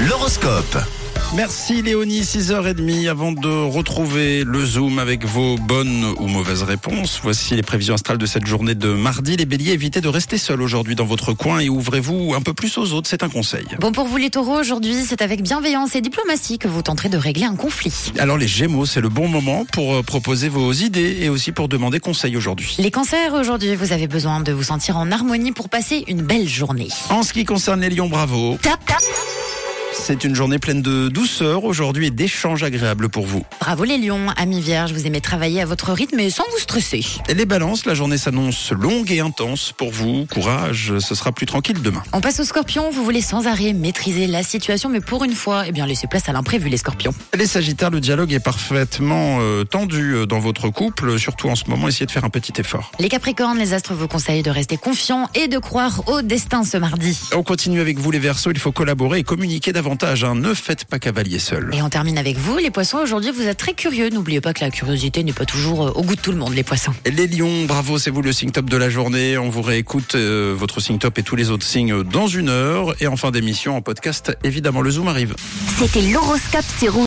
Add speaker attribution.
Speaker 1: l'horoscope.
Speaker 2: Merci Léonie, 6h30 avant de retrouver le Zoom avec vos bonnes ou mauvaises réponses. Voici les prévisions astrales de cette journée de mardi. Les béliers, évitez de rester seul aujourd'hui dans votre coin et ouvrez-vous un peu plus aux autres, c'est un conseil.
Speaker 3: Bon, pour vous les taureaux, aujourd'hui, c'est avec bienveillance et diplomatie que vous tenterez de régler un conflit.
Speaker 2: Alors les gémeaux, c'est le bon moment pour euh, proposer vos idées et aussi pour demander conseil aujourd'hui.
Speaker 3: Les cancers, aujourd'hui, vous avez besoin de vous sentir en harmonie pour passer une belle journée.
Speaker 2: En ce qui concerne les lions, bravo.
Speaker 3: Tap, tap.
Speaker 2: C'est une journée pleine de douceur aujourd'hui et d'échanges agréables pour vous.
Speaker 3: Bravo les lions, amis vierges, vous aimez travailler à votre rythme et sans vous stresser.
Speaker 2: Et les balances, la journée s'annonce longue et intense pour vous. Courage, ce sera plus tranquille demain.
Speaker 3: On passe aux scorpions, vous voulez sans arrêt maîtriser la situation, mais pour une fois, eh bien, laissez place à l'imprévu les scorpions.
Speaker 2: Les Sagittaires, le dialogue est parfaitement euh, tendu euh, dans votre couple, surtout en ce moment, essayez de faire un petit effort.
Speaker 3: Les capricornes, les astres vous conseillent de rester confiants et de croire au destin ce mardi.
Speaker 2: On continue avec vous les Verseaux, il faut collaborer et communiquer davantage, hein. ne faites pas cavalier seul.
Speaker 3: Et on termine avec vous, les poissons, aujourd'hui vous êtes très curieux, n'oubliez pas que la curiosité n'est pas toujours euh, au goût de tout le monde les poissons.
Speaker 2: Les Lions, bravo, c'est vous le signe top de la journée, on vous réécoute euh, votre signe top et tous les autres signes euh, dans une heure et en fin d'émission en podcast, évidemment le Zoom arrive.
Speaker 4: C'était l'horoscope sur Rouge.